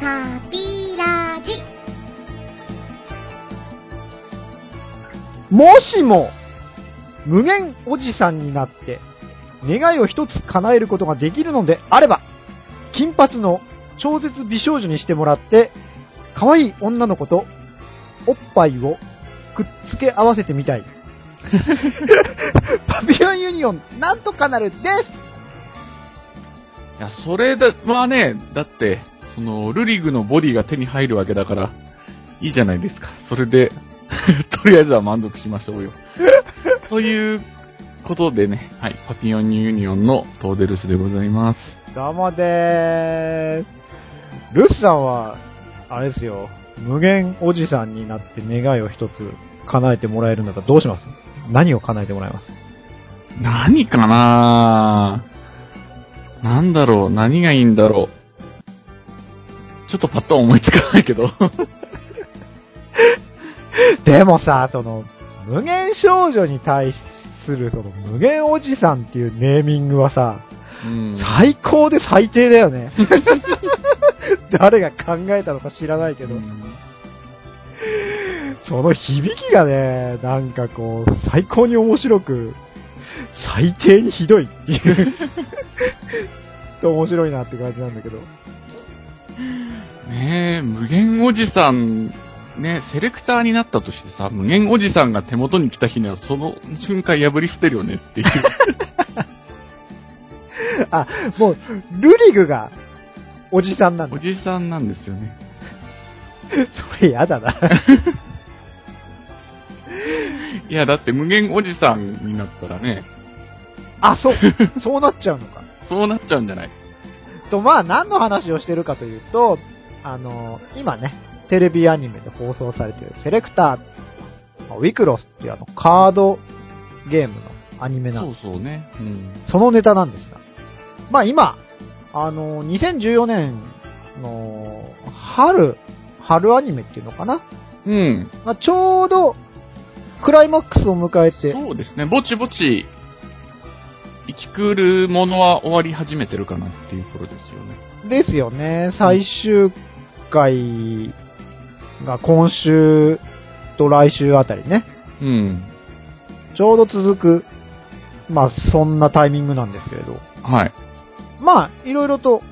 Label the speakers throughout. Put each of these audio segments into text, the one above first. Speaker 1: タピラジ。
Speaker 2: もしも、無限おじさんになって、願いを一つ叶えることができるのであれば、金髪の超絶美少女にしてもらって、可愛い女の子とおっぱいをくっつけ合わせてみたい。パピオンユニオン、なんとかなるです
Speaker 3: いや、それだ、まあね、だって、その、ルリグのボディが手に入るわけだから、いいじゃないですか。それで、 とりあえずは満足しまし ょうよ。ということでね、はい、パピオンニューユニオンのトーデルスでございます。
Speaker 2: どうもでーす。ルスさんは、あれですよ、無限おじさんになって願いを一つ叶えてもらえるんだったらどうします何を叶えてもらいます
Speaker 3: 何かななんだろう、何がいいんだろう。ちょっとパッとは思いつかないけど。
Speaker 2: でもさ、その、無限少女に対する、その、無限おじさんっていうネーミングはさ、
Speaker 3: うん
Speaker 2: 最高で最低だよね。 誰が考えたのか知らないけど、その響きがね、なんかこう、最高に面白く、最低にひどいって いう、と面白いなって感じなんだけど。
Speaker 3: ねえ、無限おじさん、ねセレクターになったとしてさ、無限おじさんが手元に来た日には、その瞬間破り捨てるよねっていう。
Speaker 2: あ、もう、ルリグが、おじさんなんだ
Speaker 3: お。じさんなんですよね。
Speaker 2: それやだな。
Speaker 3: いや、だって無限おじさんになったらね、
Speaker 2: あ、そう、そうなっちゃうのか。
Speaker 3: そうなっちゃうんじゃない
Speaker 2: と、まあ、何の話をしてるかというと、あの、今ね、テレビアニメで放送されているセレクター、ウィクロスっていうあの、カードゲームのアニメな
Speaker 3: そ
Speaker 2: んで
Speaker 3: うそうね。うん。
Speaker 2: そのネタなんですが。まあ今、あの、2014年の春、春アニメっていうのかな、
Speaker 3: うん。
Speaker 2: まあ、ちょうどクライマックスを迎えて、
Speaker 3: そうですね、ぼちぼち、生きくるものは終わり始めてるかなっていう頃ですよね。
Speaker 2: ですよね、最終回が今週と来週あたりね、
Speaker 3: うん。
Speaker 2: ちょうど続く、まあそんなタイミングなんですけれど、
Speaker 3: はい。
Speaker 2: まあいろいろと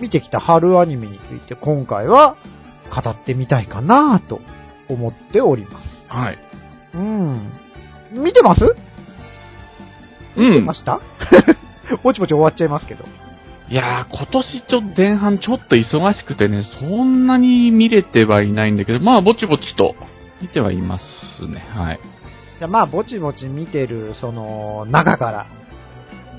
Speaker 2: 見てきた春アニメについて今回は語ってみたいかなと思っておりま
Speaker 3: はい。
Speaker 2: す。うん。見てます
Speaker 3: う
Speaker 2: 見て
Speaker 3: ん
Speaker 2: ま。した、ぼちぼち終わっちゃいますけど。
Speaker 3: いやー、今年ちょっと前半ちょっと忙しくてね、そんなに見れてはいないんだけど、まあ、ぼちぼちと見てはいますね。はい。
Speaker 2: じゃあまあ、ぼちぼち見てる、その、中から、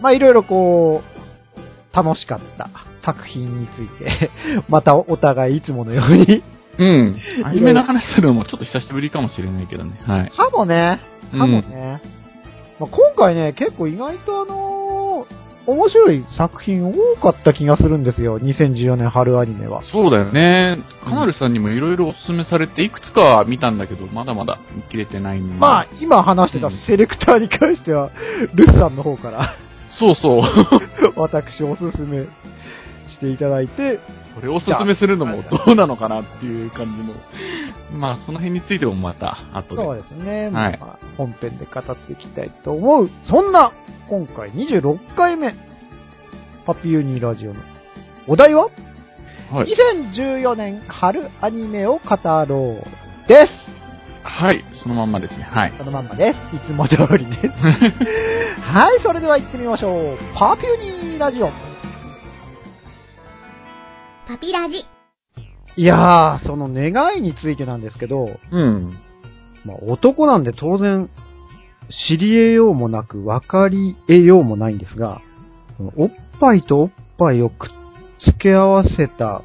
Speaker 2: まあ、いろいろこう、楽しかった作品について、 またお互いいつものように。
Speaker 3: うん。アニメの話するのもちょっと久しぶりかもしれないけどね。はい。
Speaker 2: 歯もね、
Speaker 3: う
Speaker 2: 歯も
Speaker 3: ん。
Speaker 2: ね。まあ、今回ね、結構意外とあのー面白い作品多かった気がするんですよ。2014年春アニメは。
Speaker 3: そうだよね。カナルさんにもいろいろおすすめされて、いくつかは見たんだけど、まだまだ見切れてないん
Speaker 2: まあ、今話してたセレクターに関しては、ルスさんの方から、
Speaker 3: そう そう。
Speaker 2: 私おすすめしていただいて、
Speaker 3: これをおすすめするのもどうなのかなっていう感じの。まあ、その辺についてもまた、後で。
Speaker 2: そうですね。
Speaker 3: はい
Speaker 2: まあ本編で語っていきたいと思う。そんな、今回26回目、パピユニラジオのお題は、
Speaker 3: はい。
Speaker 2: 2014年春アニメを語ろうです。
Speaker 3: はい。そのまんまですね。はい。
Speaker 2: そのまんまです。い つも通りね。 はい、それでは行ってみましょう。パピユニラジオ。
Speaker 1: パピラジ。
Speaker 2: いやー、その願いについてなんですけど、
Speaker 3: うん。
Speaker 2: まあ、男なんで当然、知り得ようもなく分かり得ようもないんですが、おっぱいとおっぱいをくっつけ合わせた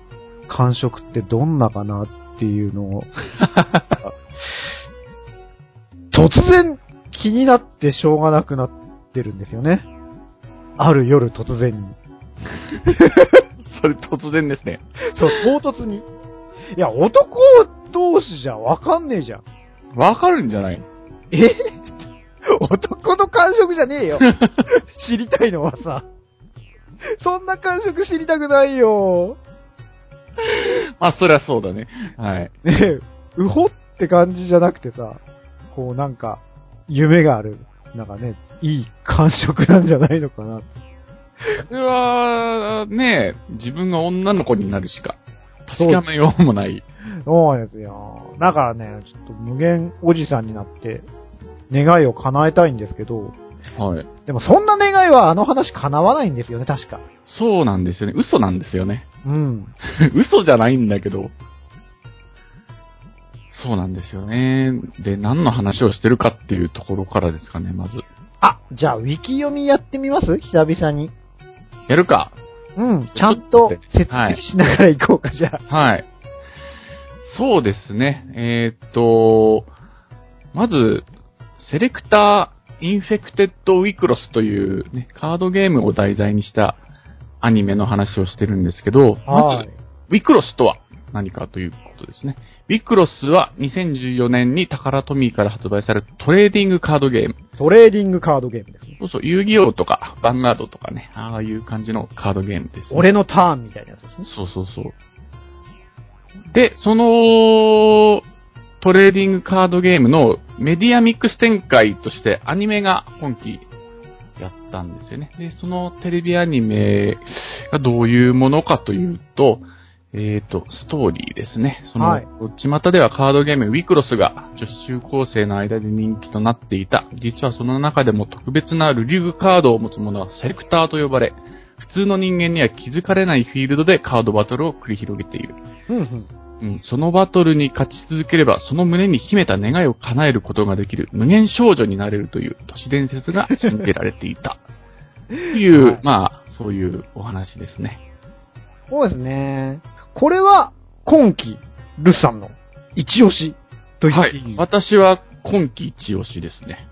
Speaker 2: 感触ってどんなかなっていうのを、突然気になってしょうがなくなってるんですよね。ある夜突然に。
Speaker 3: それ突然ですね。
Speaker 2: そう、唐突に。いや、男同士じゃ分かんねえじゃん。
Speaker 3: わかるんじゃない
Speaker 2: え男の感触じゃねえよ。知りたいのはさ。そんな感触知りたくないよ。
Speaker 3: まあ、そりゃそうだね。はい。
Speaker 2: ねうほって感じじゃなくてさ、こうなんか、夢がある。なんかね、いい感触なんじゃないのかな。
Speaker 3: それは、ね自分が女の子になるしか、確かめようもない。
Speaker 2: そうですよ。だからね、ちょっと無限おじさんになって、願いを叶えたいんですけど、
Speaker 3: はい。
Speaker 2: でもそんな願いはあの話叶わないんですよね、確か。
Speaker 3: そうなんですよね。嘘なんですよね。
Speaker 2: うん。
Speaker 3: 嘘じゃないんだけど。そうなんですよね。で、何の話をしてるかっていうところからですかね、まず。
Speaker 2: あ、じゃあ、ウィキ読みやってみます久々に。
Speaker 3: やるか
Speaker 2: うん、ちゃんと説
Speaker 3: は
Speaker 2: 明
Speaker 3: い
Speaker 2: しながら行こうか、じゃあ。
Speaker 3: はい。そうですね。えーっと、まず、セレクター・インフェクテッド・ウィクロスという、ね、カードゲームを題材にしたアニメの話をしてるんですけど、ま
Speaker 2: は
Speaker 3: ず
Speaker 2: い、。
Speaker 3: ウィクロスとは何かということですね。ウィクロスは2014年にタカラトミーから発売されたトレーディングカードゲーム。
Speaker 2: トレーディングカードゲームですね。
Speaker 3: そうそう、遊戯王とか、ヴァンガードとかね、ああいう感じのカードゲームです、ね。
Speaker 2: 俺のターンみたいなやつですね。
Speaker 3: そうそうそう。で、その、トレーディングカードゲームのメディアミックス展開としてアニメが今期やったんですよね。で、そのテレビアニメがどういうものかというと、えっ、と、ストーリーですね。その、
Speaker 2: はい
Speaker 3: 巷ではカードゲームウィクロスが女子中高生の間で人気となっていた。実はその中でも特別なルリュグカードを持つものはセレクターと呼ばれ、普通の人間には気づかれないフィールドでカードバトルを繰り広げている。
Speaker 2: うんうん。
Speaker 3: うん、そのバトルに勝ち続ければ、その胸に秘めた願いを叶えることができる、無限少女になれるという都市伝説が信じられていた。という、
Speaker 2: はい
Speaker 3: まあ、そういうお話ですね。
Speaker 2: そうですね。これは、今期、ルッサンの、一押し、と言
Speaker 3: は
Speaker 2: ってい
Speaker 3: い
Speaker 2: い。。
Speaker 3: 私は今季一押しですね。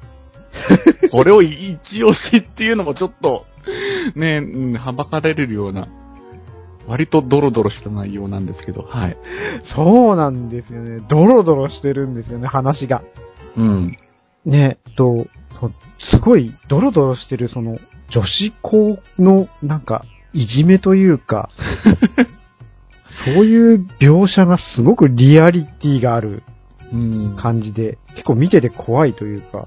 Speaker 3: これを一押しっていうのもちょっと、ね、うんはばかれるような、割とドロドロした内容なんですけど、はい。
Speaker 2: そうなんですよね。ドロドロしてるんですよね、話が。
Speaker 3: うん。
Speaker 2: ね、えっと、そすごい、ドロドロしてる、その、女子校の、なんか、いじめという か、そういう描写がすごくリアリティがある
Speaker 3: うん
Speaker 2: 感じで、結構見てて怖いというか、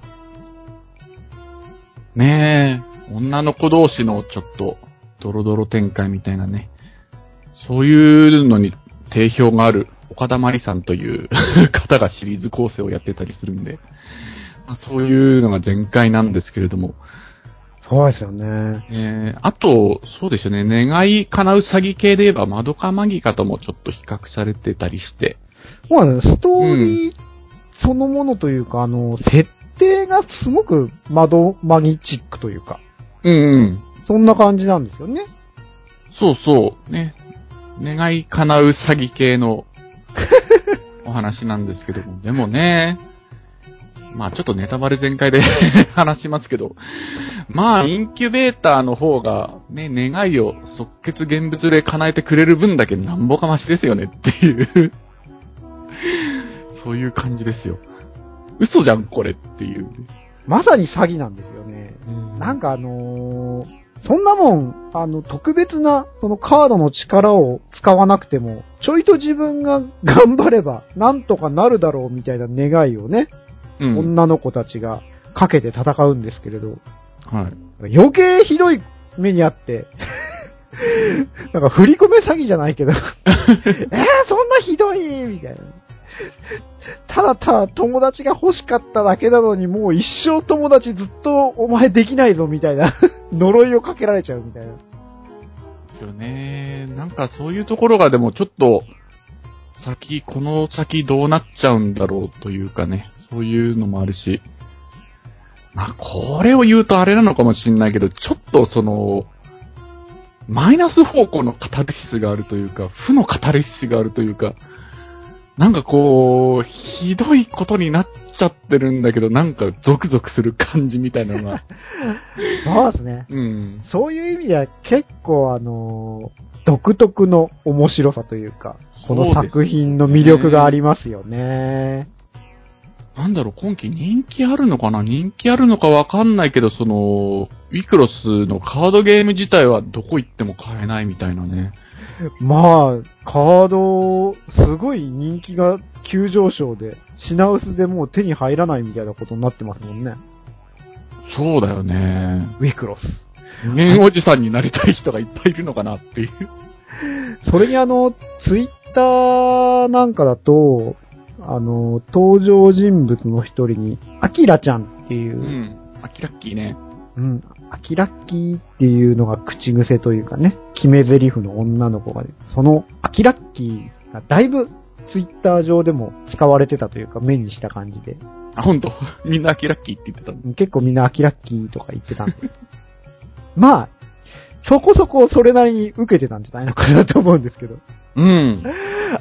Speaker 3: ねえ、女の子同士のちょっと、ドロドロ展開みたいなね。そういうのに定評がある、岡田まりさんという 方がシリーズ構成をやってたりするんで、まあ、そういうのが全開なんですけれども、
Speaker 2: そうですよね。
Speaker 3: えー、あと、そうですよね、願い叶う詐欺系で言えば、マドカマギカともちょっと比較されてたりして、
Speaker 2: まあ、ストーリーそのものというか、あの、設定がすごく窓マギチックというか、
Speaker 3: うんうん、
Speaker 2: そんな感じなんですよね。
Speaker 3: そうそう、ね。願い叶う詐欺系のお話なんですけども。でもね、まあちょっとネタバレ全開で 話しますけど、まあインキュベーターの方がね、願いを即決現物で叶えてくれる分だけなんぼかましですよねっていう、そういう感じですよ。嘘じゃん、これっていう。
Speaker 2: まさに詐欺なんですよね。なんかあのーそんなもん、あの、特別な、そのカードの力を使わなくても、ちょいと自分が 頑張れば、なんとかなるだろうみたいな願いをね、
Speaker 3: うん。
Speaker 2: 女の子たちがかけて戦うんですけれど、
Speaker 3: はい。
Speaker 2: 余計ひどい目にあって、なんか振り込め詐欺じゃないけど、えー、そんなひどいみたいな。ただただ友達が欲しかっただけなのに、もう一生友達ずっとお前できないぞみたいな、 呪いをかけられちゃうみたいな。
Speaker 3: ですよね。なんかそういうところがでもちょっと、先、この先どうなっちゃうんだろうというかね、そういうのもあるし、まあこれを言うとあれなのかもしれないけど、ちょっとその、マイナス方向のカタルシスがあるというか、負のカタルシスがあるというか、なんかこう、ひどいことになっちゃってるんだけど、なんかゾクゾクする感じみたいなのが、
Speaker 2: そうですね。
Speaker 3: うん。
Speaker 2: そういう意味では結構あのー独特の面白さというか、 この作品の魅力がありますよね。
Speaker 3: なんだろう、今期人気あるのかな人気あるのかわかんないけど、その、ウィクロスのカードゲーム自体はどこ行っても買えないみたいなね。
Speaker 2: まあ、カード、すごい人気が急上昇で、品薄でもう手に入らないみたいなことになってますもんね。
Speaker 3: そうだよね。
Speaker 2: ウィクロス。
Speaker 3: 無限おじさんになりたい人がいっぱいいるのかなっていう。
Speaker 2: それにあの、ツイッターなんかだと、あの、登場人物の一人に、アキラちゃんっていうう、
Speaker 3: ん。アキラッキーね。
Speaker 2: うん、アキラッキーっていうのが口癖というかね、決め台詞の女の子がね、そのアキラッキーがだいぶツイッター上でも使われてたというか、目にした感じで、
Speaker 3: あ、ほんと。みんなアキラッキーって言ってた。
Speaker 2: 結構みんなアキラッキーとか言ってたんで。 まあ、そこそこそれなりに受けてたんじゃないのかなと思うんですけど。
Speaker 3: うん。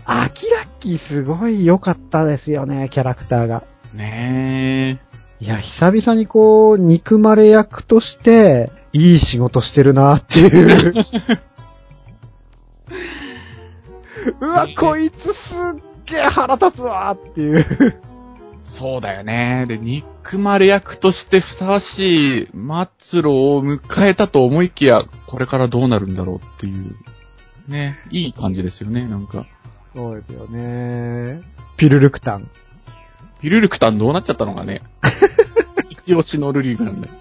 Speaker 2: アキラッキーすごい良かったですよね、キャラクターが。
Speaker 3: ね
Speaker 2: いや、久々にこう、憎まれ役として、いい仕事してるなって いう。うわ、こいつすっげえ腹立つわっていう。
Speaker 3: え。そうだよね。で、憎まれ役としてふさわしい末路を迎えたと思いきや、これからどうなるんだろうっていう。ね。いい感じですよね、なんか。
Speaker 2: そうですよね。ピルルクタン。
Speaker 3: ピルルクタンどうなっちゃったのか ね。一押しのルリーグなんだよ。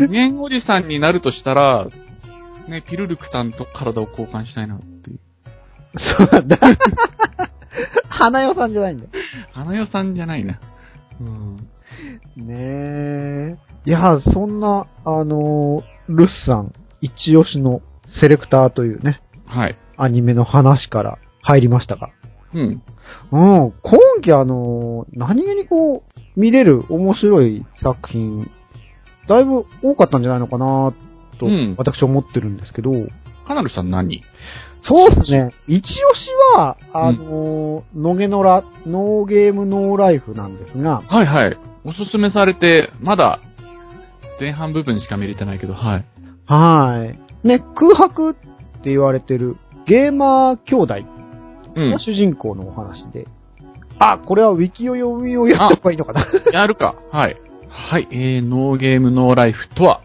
Speaker 3: 無限おじさんになるとしたら、ね、ピルルクタンと体を交換したいなっていう。
Speaker 2: そうなんだ。花代さんじゃないんだ。
Speaker 3: 花代さんじゃないな。うん。
Speaker 2: ねえ。いや、そんな、あのールッさん、一押しのセレクターというね、
Speaker 3: はい。
Speaker 2: アニメの話から入りましたが。
Speaker 3: うん。
Speaker 2: うん、今期あのー何気にこう、見れる面白い作品、だいぶ多かったんじゃないのかなと
Speaker 3: うん、
Speaker 2: 私思ってるんですけど、
Speaker 3: カナルさん何
Speaker 2: そうですね。一押しは、あのー、ノゲノラ、ノーゲームノーライフなんですが、
Speaker 3: はいはい。おすすめされて、まだ、前半部分しか見れてないけど、はい。
Speaker 2: はい。ね、空白って言われてるゲーマー兄弟
Speaker 3: う
Speaker 2: が
Speaker 3: ん。
Speaker 2: 主人公のお話で、あ、これはウィキを読みをやった方がいいのかな。
Speaker 3: やるか。はい。はい。えー、ノーゲームノーライフとは、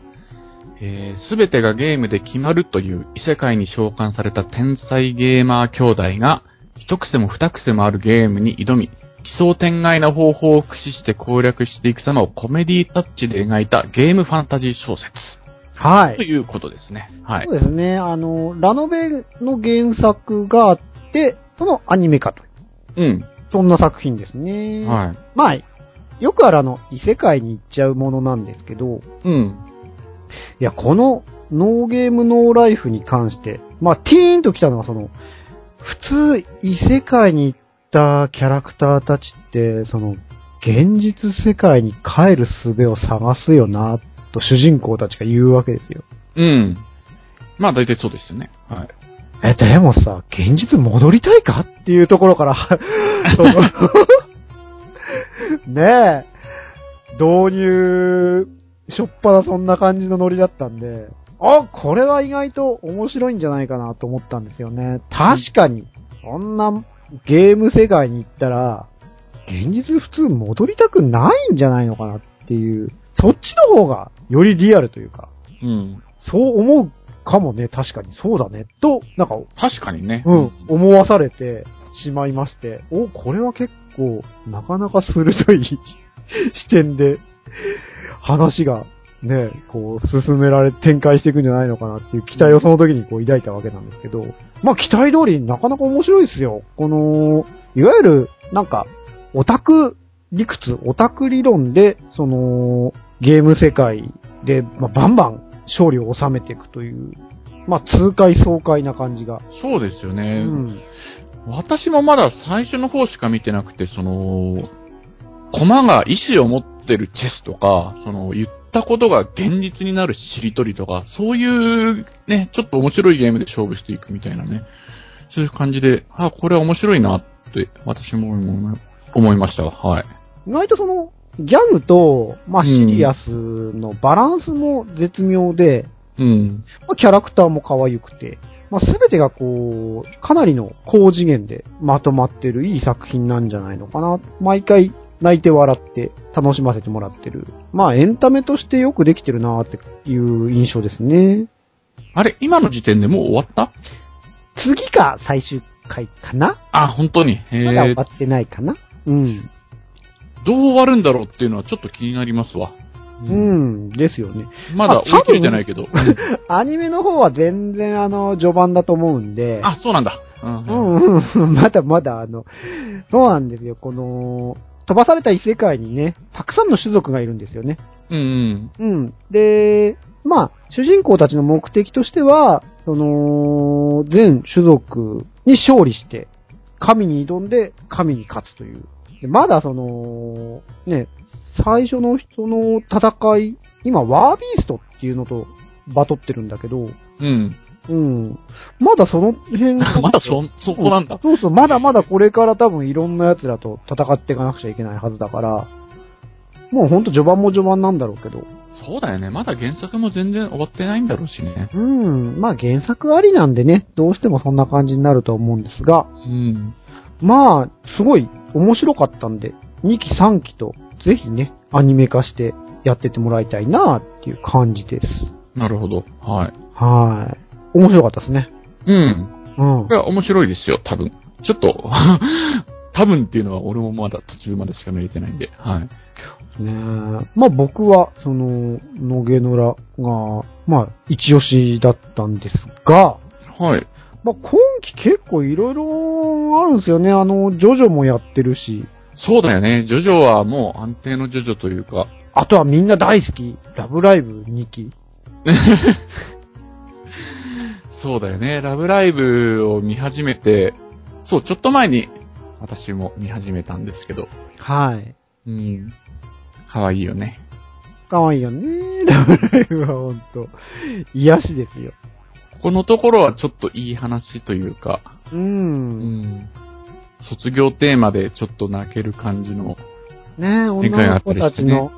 Speaker 3: えー、すべてがゲームで決まるという異世界に召喚された天才ゲーマー兄弟が、一癖も二癖もあるゲームに挑み、奇想天外な方法を駆使して攻略していく様をコメディタッチで描いたゲームファンタジー小説。
Speaker 2: は
Speaker 3: と。いうことですね。はい
Speaker 2: そ。うですね。あの、ラノベの原作があって、そのアニメ化という。
Speaker 3: うん。
Speaker 2: そんな作品ですね。
Speaker 3: はい。
Speaker 2: まあ、よくあるあの、異世界に行っちゃうものなんですけど、
Speaker 3: うん。
Speaker 2: いや、このノーゲームノーライフに関して、まあ、ティーンと来たのはその、普通異世界に行ったキャラクターたちって、その、現実世界に帰る術を探すよな、と主人公たちが言うわけですよ。
Speaker 3: うん。まあ大体そうですよね。はい。
Speaker 2: え、でもさ、現実戻りたいかっていうところから、そのねえ、導入、しょっぱなそんな感じのノリだったんで、あ、これは意外と面白いんじゃないかなと思ったんですよね。確かに、そんなゲーム世界に行ったら、現実普通戻りたくないんじゃないのかなっていう、そっちの方がよりリアルというか、
Speaker 3: うん。
Speaker 2: そう思うかもね、確かにそうだね、と、なんか
Speaker 3: 確かにね。
Speaker 2: うん、思わされてしまいまして、お、これは結構、なかなか鋭い 視点で、話が、ね、こう、進められ、展開していくんじゃないのかなっていう期待をその時にこう抱いたわけなんですけど、まあ期待通りになかなか面白いですよ。この、いわゆる、なんか、オタク理屈、オタク理論で、その、ゲーム世界で、まあ、バンバン勝利を収めていくという、まあ痛快爽快な感じが
Speaker 3: そうですよね。
Speaker 2: うん
Speaker 3: 私もまだ最初の方しか見てなくて、その、駒が意志を持ってるチェスとか、その、言ったことが現実になるしりとりとか、そういう、ね、ちょっと面白いゲームで勝負していくみたいなね。そういう感じで、あ、これは面白いなって、私も思い思いましたわ。はい。
Speaker 2: 意外とその、ギャグと、まあ、
Speaker 3: う
Speaker 2: シ
Speaker 3: ん
Speaker 2: リアスのバランスも絶妙で、
Speaker 3: うん。
Speaker 2: まあ、キャラクターも可愛くて、まあ、すべてがこう、かなりの高次元でまとまってるいい作品なんじゃないのかな。毎回泣いて笑って楽しませてもらってる。まあ、エンタメとしてよくできてるなっていう印象ですね。
Speaker 3: あれ、今の時点でもう終わった
Speaker 2: 次が最終回かな
Speaker 3: あ、本当に。え
Speaker 2: まだ終
Speaker 3: ー
Speaker 2: わ、ってないかなうん。
Speaker 3: どう終わるんだろうっていうのはちょっと気になりますわ。
Speaker 2: う。ん、ですよね。
Speaker 3: まだ追い切れてない けど。
Speaker 2: アニメの方は全然あの、序盤だと思うんで。
Speaker 3: あ、そうなんだ。う。
Speaker 2: うんんうんうん、 まだまだあの、そうなんですよ。この、飛ばされた異世界にね、たくさんの種族がいるんですよね。
Speaker 3: うん。
Speaker 2: うん。で、まあ、主人公たちの目的としては、その、全種族に勝利して、神に挑んで、神に勝つという。でまだその、ね、最初の人の戦い、今、ワービーストっていうのとバトってるんだけど、
Speaker 3: うん。
Speaker 2: うん。まだその辺が
Speaker 3: まだそ、そこなんだ。
Speaker 2: そうそう、まだまだこれから多分いろんな奴らと戦っていかなくちゃいけないはずだから、もうほんと序盤も序盤なんだろうけど、
Speaker 3: そうだよね。まだ原作も全然終わってないんだろうしね。
Speaker 2: うん、まあ原作ありなんでね、どうしてもそんな感じになると思うんですが
Speaker 3: う、ん。
Speaker 2: まあ、すごい面白かったんで、2期3期と、ぜひね、アニメ化してやってってもらいたいなっていう感じです。
Speaker 3: なるほど。はい。
Speaker 2: はい。面白かったですね。
Speaker 3: うん。
Speaker 2: うん
Speaker 3: こ。れは面白いですよ、多分。ちょっと、 多分っていうのは俺もまだ途中までしか見れてないんで。はい。
Speaker 2: ねえまあ僕は、その、野毛野良が、まあ、一押しだったんですが、
Speaker 3: はい。
Speaker 2: まあ今期結構いろいろあるんですよね。あの、ジョジョもやってるし、
Speaker 3: そうだよね。ジョジョはもう安定のジョジョというか。
Speaker 2: あとはみんな大好き、ラブライブ2期。
Speaker 3: そうだよね。ラブライブを見始めて、そう、ちょっと前に私も見始めたんですけど。
Speaker 2: はい。
Speaker 3: うん。かわいいよね。
Speaker 2: かわいいよね。 ラブライブはほんと、癒しですよ。
Speaker 3: ここのところはちょっといい話というか、
Speaker 2: う。
Speaker 3: うんん。卒業テーマでちょっと泣ける感じの。
Speaker 2: ねえ
Speaker 3: 展開
Speaker 2: 女
Speaker 3: があ
Speaker 2: の
Speaker 3: った
Speaker 2: 子
Speaker 3: り
Speaker 2: た
Speaker 3: して
Speaker 2: ち
Speaker 3: ね
Speaker 2: の青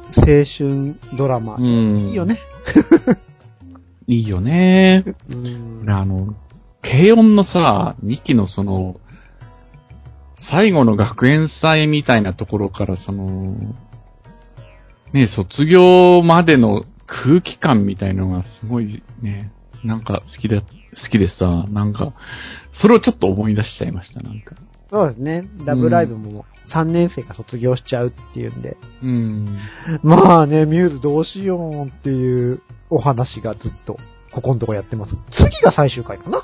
Speaker 2: 春ドラマ。
Speaker 3: ん
Speaker 2: いいよ。ね。
Speaker 3: いいよね。
Speaker 2: うん
Speaker 3: あの、軽音のさ、2期のその、最後の学園祭みたいなところから、その、ね、卒業までの空気感みたいのがすごいね、なんか好きだ、好きでさ、なんか、それをちょっと思い出しちゃいました、なんか。
Speaker 2: そうですね。ラブライブも3年生が卒業しちゃうっていうんで。
Speaker 3: うん。
Speaker 2: まあね、ミューズどうしようっていうお話がずっと、ここのとこやってます。次が最終回かな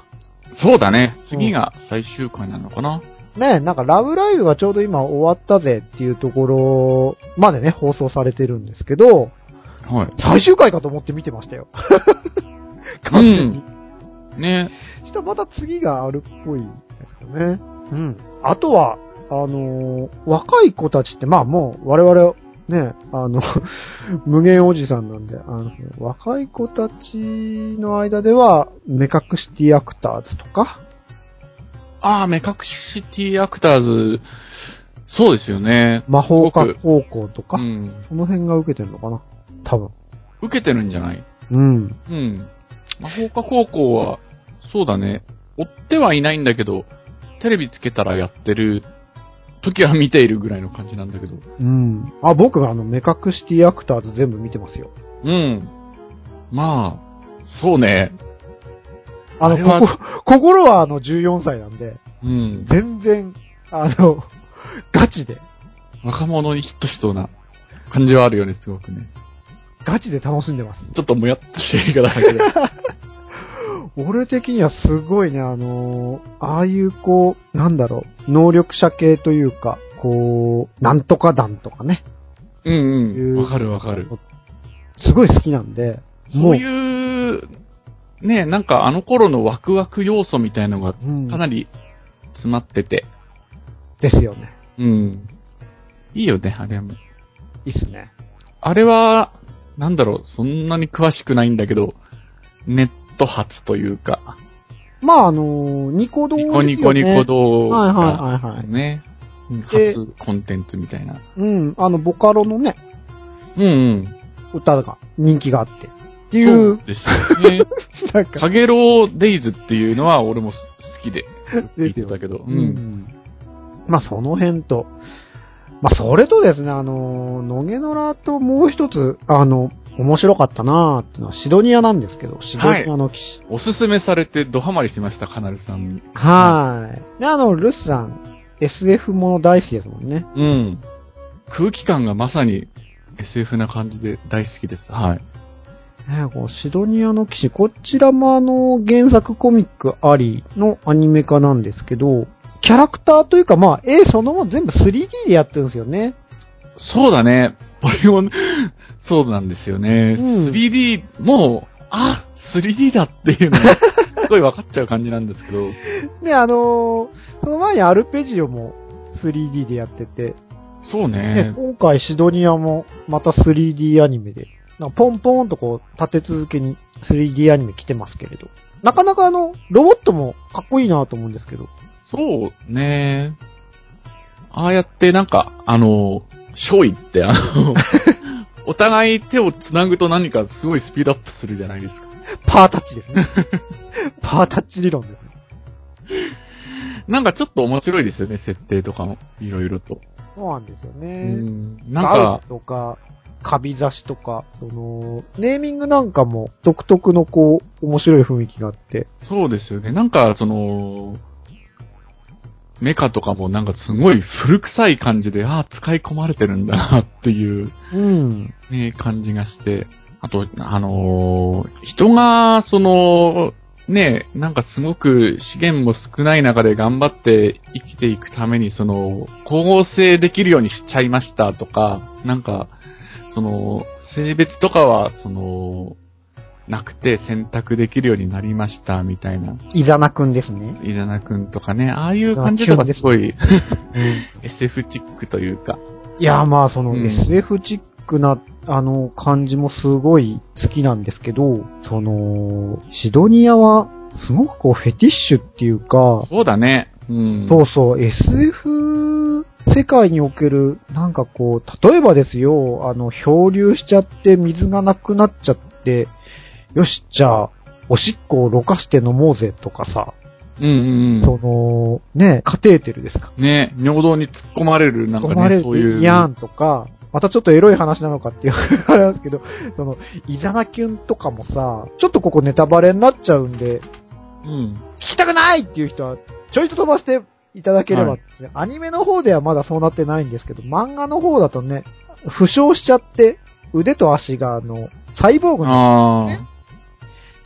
Speaker 3: そうだね。次が最終回なのかな。
Speaker 2: ねえ、なんかラブライブがちょうど今終わったぜっていうところまでね、放送されてるんですけど、
Speaker 3: は
Speaker 2: 最終回かと思って見てましたよ。完全に。
Speaker 3: い。ね。
Speaker 2: したらまた次があるっぽいですよね。うん。あとは、あのー若い子たちって、まあもう我々、ね、あの、 無限おじさんなんで、あの、若い子たちの間では、目隠しティアクターズとか、
Speaker 3: ああ、目隠しティアクターズ、そうですよね。
Speaker 2: 魔法科高校とか、
Speaker 3: うん。
Speaker 2: その辺が受けてるのかな多分。
Speaker 3: 受けてるんじゃない
Speaker 2: うん。
Speaker 3: うん。魔法科高校は、そうだね。追ってはいないんだけど、テレビつけたらやってる時は見ているぐらいの感じなんだけど。
Speaker 2: うん。あ、僕はあの、目隠しティアクターズ全部見てますよ。
Speaker 3: うん。まあ、そうね。
Speaker 2: あの、
Speaker 3: あれは
Speaker 2: ここ、心はあの、14歳なんで、
Speaker 3: うん。
Speaker 2: 全然、あの、ガチで、
Speaker 3: 若者にヒットしそうな感じはあるよね、すごくね。
Speaker 2: ガチで楽しんでます。
Speaker 3: ちょっともやっとしてるからだけど。
Speaker 2: 俺的にはすごいね、あのーああいうこう、なんだろう、能力者系というか、こう、なんとか団とかね、
Speaker 3: うん。
Speaker 2: いううん
Speaker 3: わかるわかる。
Speaker 2: すごい好きなんで、も
Speaker 3: そういう、ね、なんかあの頃のワクワク要素みたいのがか
Speaker 2: うん、
Speaker 3: なり詰まってて。
Speaker 2: ですよね。
Speaker 3: うん。いいよね、あれも。
Speaker 2: いいっすね。
Speaker 3: あれは、なんだろう、そんなに詳しくないんだけど、ネット発というか、
Speaker 2: まあ、あのーニコ動です
Speaker 3: ニ
Speaker 2: よ
Speaker 3: コ
Speaker 2: ね。
Speaker 3: ニコニコ動
Speaker 2: はいはい
Speaker 3: 画
Speaker 2: はいはい。
Speaker 3: ね、うん
Speaker 2: で
Speaker 3: 初コンテンツみたいな。
Speaker 2: うん、あの、ボカロのね、
Speaker 3: うんうん。
Speaker 2: 歌が、人気があって。ってい
Speaker 3: そう
Speaker 2: う、
Speaker 3: です よね。
Speaker 2: なんか、
Speaker 3: かげろうデイズっていうのは俺も好きで聞いてたけど、う。
Speaker 2: うんん。まあ、その辺と、まあ、それとですね、あの、野毛野良ともう一つ、あの、面白かったなーってのはシドニアなんですけど、シドニアの騎士。
Speaker 3: おすすめされてドハマりしました、カナルさんに。
Speaker 2: はーい。で、あの、ルスさん、SF もの大好きですもんね。
Speaker 3: うん。空気感がまさに SF な感じで大好きです。はい。
Speaker 2: ねこうシドニアの騎士、こちらもあの、原作コミックありのアニメ化なんですけど、キャラクターというか、まあ、絵そのもの全部 3D でやってるんですよね。
Speaker 3: そうだね。ポリゴン、そうなんですよね。
Speaker 2: うん
Speaker 3: 3D、もう、あ、3D だっていうの が、すごい分かっちゃう感じなんですけど。
Speaker 2: で、あのーその前にアルペジオも 3D でやってて、
Speaker 3: そう
Speaker 2: ね
Speaker 3: ね。
Speaker 2: 今回シドニアもまた 3D アニメで、なんかポンポンとこう、立て続けに 3D アニメ来てますけれど、なかなかあの、ロボットもかっこいいなと思うんですけど、
Speaker 3: そうね。ああやってなんか、あの、勝利って、あの、 お互い手を繋ぐと何かすごいスピードアップするじゃないですか。
Speaker 2: パータッチです ね。パータッチ理論ですね。
Speaker 3: なんかちょっと面白いですよね、設定とかも。いろいろと。
Speaker 2: そうなんですよね。
Speaker 3: うん。
Speaker 2: な
Speaker 3: なんん
Speaker 2: か
Speaker 3: か、、
Speaker 2: とか、カビ刺しとか、その、ネーミングなんかも独特のこう、面白い雰囲気があって。
Speaker 3: そうですよね。なんか、その、メカとかもなんかすごい古臭い感じで、ああ、使い込まれてるんだなっていう、
Speaker 2: うん。
Speaker 3: ね、感じがして。あと、あのー人が、その、ね、なんかすごく資源も少ない中で頑張って生きていくために、その、光合成できるようにしちゃいましたとか、なんか、その、性別とかは、その、なくて選択できるようになりましたみたいな
Speaker 2: イザナくんですね。
Speaker 3: イザナ君とかね、ああいう感じとかすごい SF チックというか。
Speaker 2: いや、まあ、その、
Speaker 3: うん
Speaker 2: SF チックな、あの、感じもすごい好きなんですけど、その、シドニアは、すごくこう、フェティッシュっていうか、
Speaker 3: そうだね。うん。
Speaker 2: そうそう、SF 世界における、なんかこう、例えばですよ、あの、漂流しちゃって水がなくなっちゃって、よし、じゃあ、おしっこをろ過して飲もうぜとかさ、
Speaker 3: うんうん
Speaker 2: その、ね、カテーテルですか。
Speaker 3: うん。ね、尿道に突っ込まれる、なん
Speaker 2: 飲ま
Speaker 3: か
Speaker 2: れ
Speaker 3: ね、
Speaker 2: る
Speaker 3: そういう。
Speaker 2: やんとか、またちょっとエロい話なのかっていうあれなんですけど、その、イザナキュンとかもさ、ちょっとここネタバレになっちゃうんで、
Speaker 3: うん。
Speaker 2: 聞きたくないっていう人は、ちょいと飛ばしていただければ、
Speaker 3: はい
Speaker 2: アニメの方ではまだそうなってないんですけど、漫画の方だとね、負傷しちゃって、腕と足が、あの、サイボーグの、
Speaker 3: あ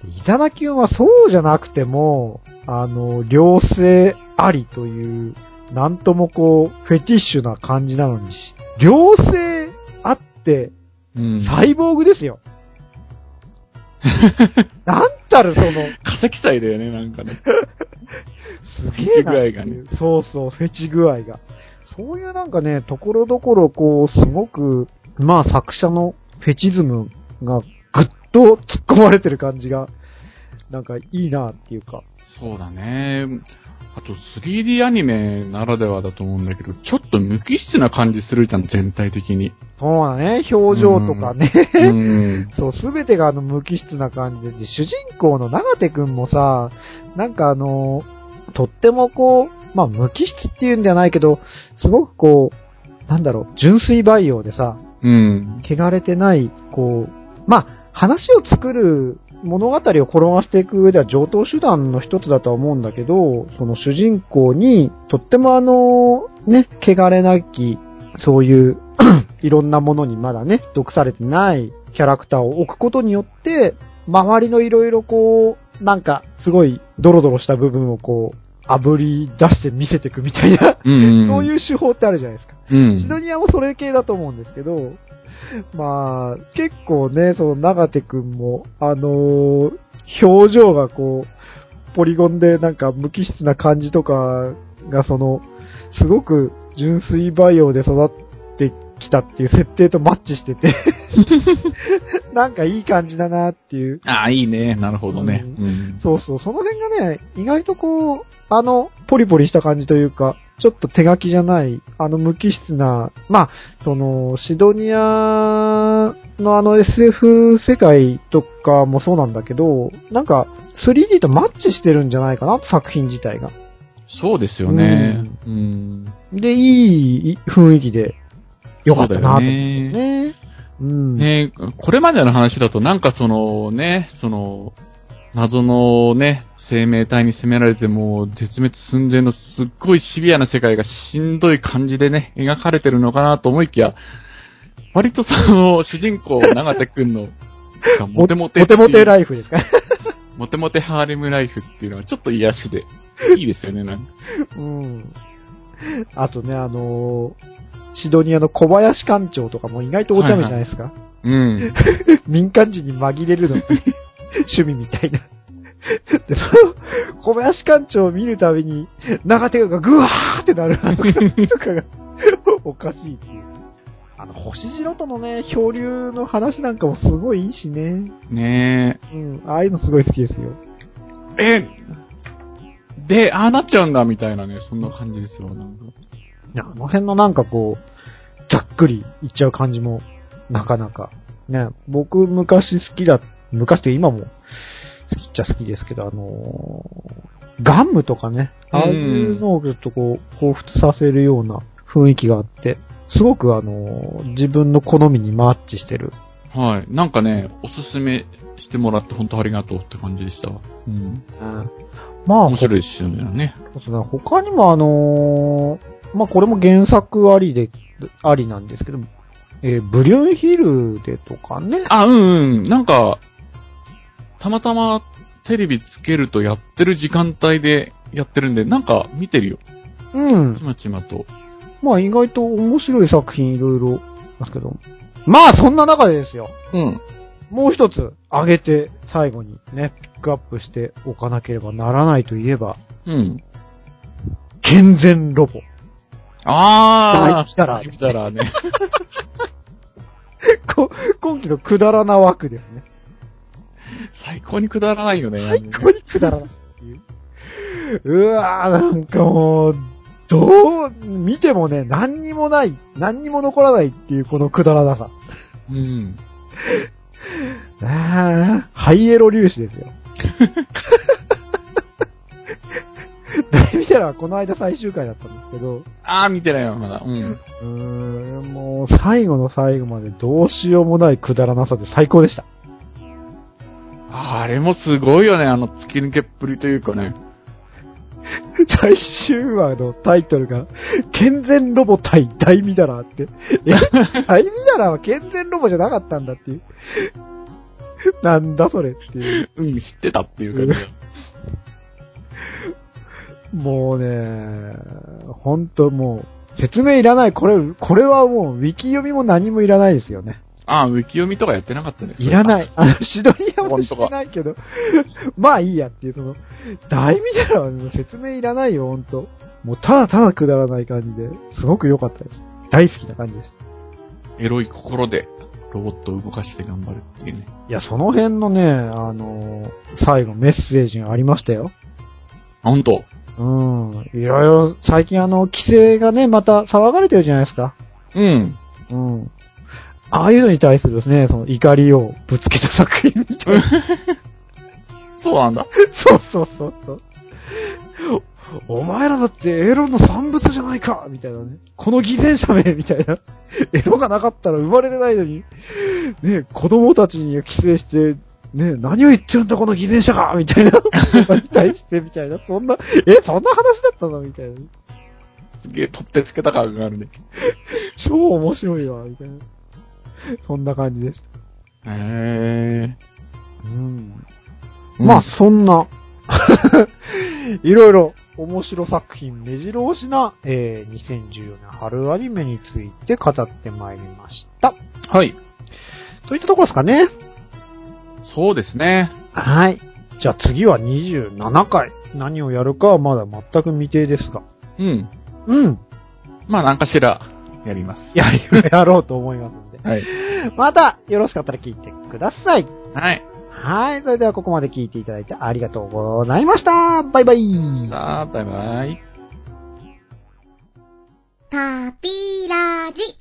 Speaker 2: イザナキュンはそうじゃなくても、あの、良性ありという、なんともこう、フェティッシュな感じなのにし、良性あって、
Speaker 3: あ。うん。
Speaker 2: サイボーグですよ。なんたるその、
Speaker 3: 化石祭だよね、なんかね。
Speaker 2: すげえな
Speaker 3: フェチ具合がね
Speaker 2: そうそう、フェチ具合が。そういうなんかね、ところどころこう、すごく、まあ作者のフェチズムがぐっと突っ込まれてる感じが、なんかいいなっていうか。
Speaker 3: そうだね。あと、3D アニメならではだと思うんだけど、ちょっと無機質な感じするじゃん、全体的に。
Speaker 2: そうだね、表情とかね。
Speaker 3: うん。
Speaker 2: そう、すべてがあの無機質な感じで、主人公の長手くんもさ、なんかあの、とってもこう、まあ無機質っていうんじゃないけど、すごくこう、なんだろう、純粋培養でさ、
Speaker 3: うん。
Speaker 2: 汚れてない、こう、まあ、話を作る物語を転がしていく上では上等手段の一つだとは思うんだけど、その主人公に、とってもあの、ね、汚れなき、そういう、 いろんなものにまだね、毒されてないキャラクターを置くことによって、周りのいろいろこう、なんか、すごい、ドロドロした部分をこう、炙り出して見せていくみたいな、
Speaker 3: うん。
Speaker 2: そう
Speaker 3: う
Speaker 2: いう手法ってあるじゃないですか。
Speaker 3: ん、
Speaker 2: シドニアもそれ系だと思うんですけど、まあ、結構ね、その長手くんも、あのー表情がこう、ポリゴンでなんか無機質な感じとかが、その、すごく純粋培養で育ってきたっていう設定とマッチしてて、なんかいい感じだなっていう。
Speaker 3: ああ、いいね。なるほどね。
Speaker 2: う
Speaker 3: うん。
Speaker 2: そうそう、その辺がね、意外とこう、あの、ポリポリした感じというか、ちょっと手書きじゃない、あの無機質な、まあ、その、シドニアのあの SF 世界とかもそうなんだけど、なんか 3D とマッチしてるんじゃないかな、作品自体が。
Speaker 3: そうですよね。うん。
Speaker 2: で、いい雰囲気で、よかったな
Speaker 3: そう
Speaker 2: っ
Speaker 3: だ
Speaker 2: て
Speaker 3: よね。
Speaker 2: ね。うん。
Speaker 3: ね、これまでの話だとなんかそのね、その、謎のね、生命体に攻められてもう絶滅寸前のすっごいシビアな世界がしんどい感じでね、描かれてるのかなと思いきや、割とその主人公、永瀬くんの、 モテ
Speaker 2: モ
Speaker 3: モテってい
Speaker 2: テ
Speaker 3: う。
Speaker 2: モテライフですか
Speaker 3: モテモテハーレムライフっていうのはちょっと癒しで、いいですよね、なんか。
Speaker 2: うん。あとね、あのーシドニアの小林館長とかも意外とお茶目じゃないですか。
Speaker 3: うん。
Speaker 2: 民間人に紛れるのって趣味みたいな。で、その、小林館長を見るたびに、長手がぐわーってなるあの感じとかが、おかしいっていう。あの、星白とのね、漂流の話なんかもすごいいいしね。
Speaker 3: ね
Speaker 2: うん、ああいうのすごい好きですよ。
Speaker 3: え。え、で、ああなっちゃうんだ、みたいなね、そんな感じですよ、なんか。
Speaker 2: いや、あの辺のなんかこう、ざっくりいっちゃう感じも、なかなか。ね、僕昔好きだ、昔って今も好きっちゃ好きですけど、あのーガムとかね、ああいうのをちょっとこう、彷彿させるような雰囲気があって、すごくあのー自分の好みにマッチしてる。
Speaker 3: はい。なんかね、おすすめしてもらって本当ありがとうって感じでしたわ。うん。
Speaker 2: まあ
Speaker 3: 面、白いですよね。
Speaker 2: そうですね。他にもあのーまあこれも原作ありで、ありなんですけど、えーブリュンヒルでとかね。
Speaker 3: あ、うんうん。なんか、たまたまテレビつけるとやってる時間帯でやってるんで、なんか見てるよ。
Speaker 2: うん
Speaker 3: ち。まちまと。
Speaker 2: まあ意外と面白い作品いろいろですけど。まあそんな中でですよ。
Speaker 3: うん。
Speaker 2: もう一つ挙げて最後にね、ピックアップしておかなければならないといえば、
Speaker 3: うん。
Speaker 2: 健全ロボ。
Speaker 3: あー。
Speaker 2: 来たら
Speaker 3: 来たらね。
Speaker 2: こ今期のくだらな枠ですね。
Speaker 3: 最高にくだらないよね。
Speaker 2: 最高にくだらないっていう。うわーなんかもう、どう、見てもね、何にもない、何にも残らないっていうこのくだらなさ。
Speaker 3: うん。
Speaker 2: ああ、ハイエロ粒子ですよ。で見たらこの間最終回だったんですけど、
Speaker 3: あー、見てないよ、まだ。うん。
Speaker 2: うーん、もう最後の最後までどうしようもないくだらなさで最高でした。
Speaker 3: あれもすごいよね、あの突き抜けっぷりというかね。
Speaker 2: 最終話のタイトルが、健全ロボ対大ミダラーって。え、大ミダラーは健全ロボじゃなかったんだっていう。なんだそれっていう。
Speaker 3: うん、知ってたっていう感じが。
Speaker 2: もうね、ほんともう、説明いらない。これ、これはもう、ウィキ読みも何もいらないですよね。
Speaker 3: あー、ウィキ読みとかやってなかったね。
Speaker 2: いら
Speaker 3: い。
Speaker 2: ない。あの、シドニアも
Speaker 3: 本
Speaker 2: 知
Speaker 3: 当
Speaker 2: ら
Speaker 3: か
Speaker 2: ないけど、 まあいいやっていう、その、大みたいなのは説明いらないよ、ほんと。もうただただくだらない感じで、すごく良かったです。大好きな感じです。
Speaker 3: エロい心でロボットを動かして頑張るっていうね。
Speaker 2: いや、その辺のね、あのー最後メッセージがありましたよ。
Speaker 3: あ、ほんと。
Speaker 2: うん。いろいろ、最近あの、規制がね、また騒がれてるじゃないですか。
Speaker 3: うん。
Speaker 2: うん。ああいうのに対するですね、その怒りをぶつけた作品みたいな。
Speaker 3: そうなんだ。
Speaker 2: そうそうそうそう。お前らだってエロの産物じゃないかみたいなね。この偽善者めみたいな。エロがなかったら生まれてないのに、ね、子供たちに寄生して、ね、何を言ってるんだこの偽善者がみたいな。 に対してみたいな。そんな、え、そんな話だったのみたいな。
Speaker 3: すげえ取ってつけた感があるね。
Speaker 2: 超面白いわ、みたいな。そんな感じでした。
Speaker 3: へ
Speaker 2: うん。
Speaker 3: え。
Speaker 2: まあ、そんな、 いろいろ面白作品、目白押しな、えー2014年春アニメについて語ってまいりました。
Speaker 3: あ、はい。
Speaker 2: といったところですかね。
Speaker 3: そうですね。
Speaker 2: はい。じゃあ次は27回。何をやるかはまだ全く未定ですが。
Speaker 3: うん。
Speaker 2: うん。
Speaker 3: まあ、なんかしら、やります。
Speaker 2: や、やろうと思いますんで。
Speaker 3: はい。
Speaker 2: また、よろしかったら聞いてください。
Speaker 3: はい。
Speaker 2: はい。それではここまで聞いていただいてありがとうございました。バイバイ。
Speaker 3: さあ、バイバイ。
Speaker 1: パピラジ。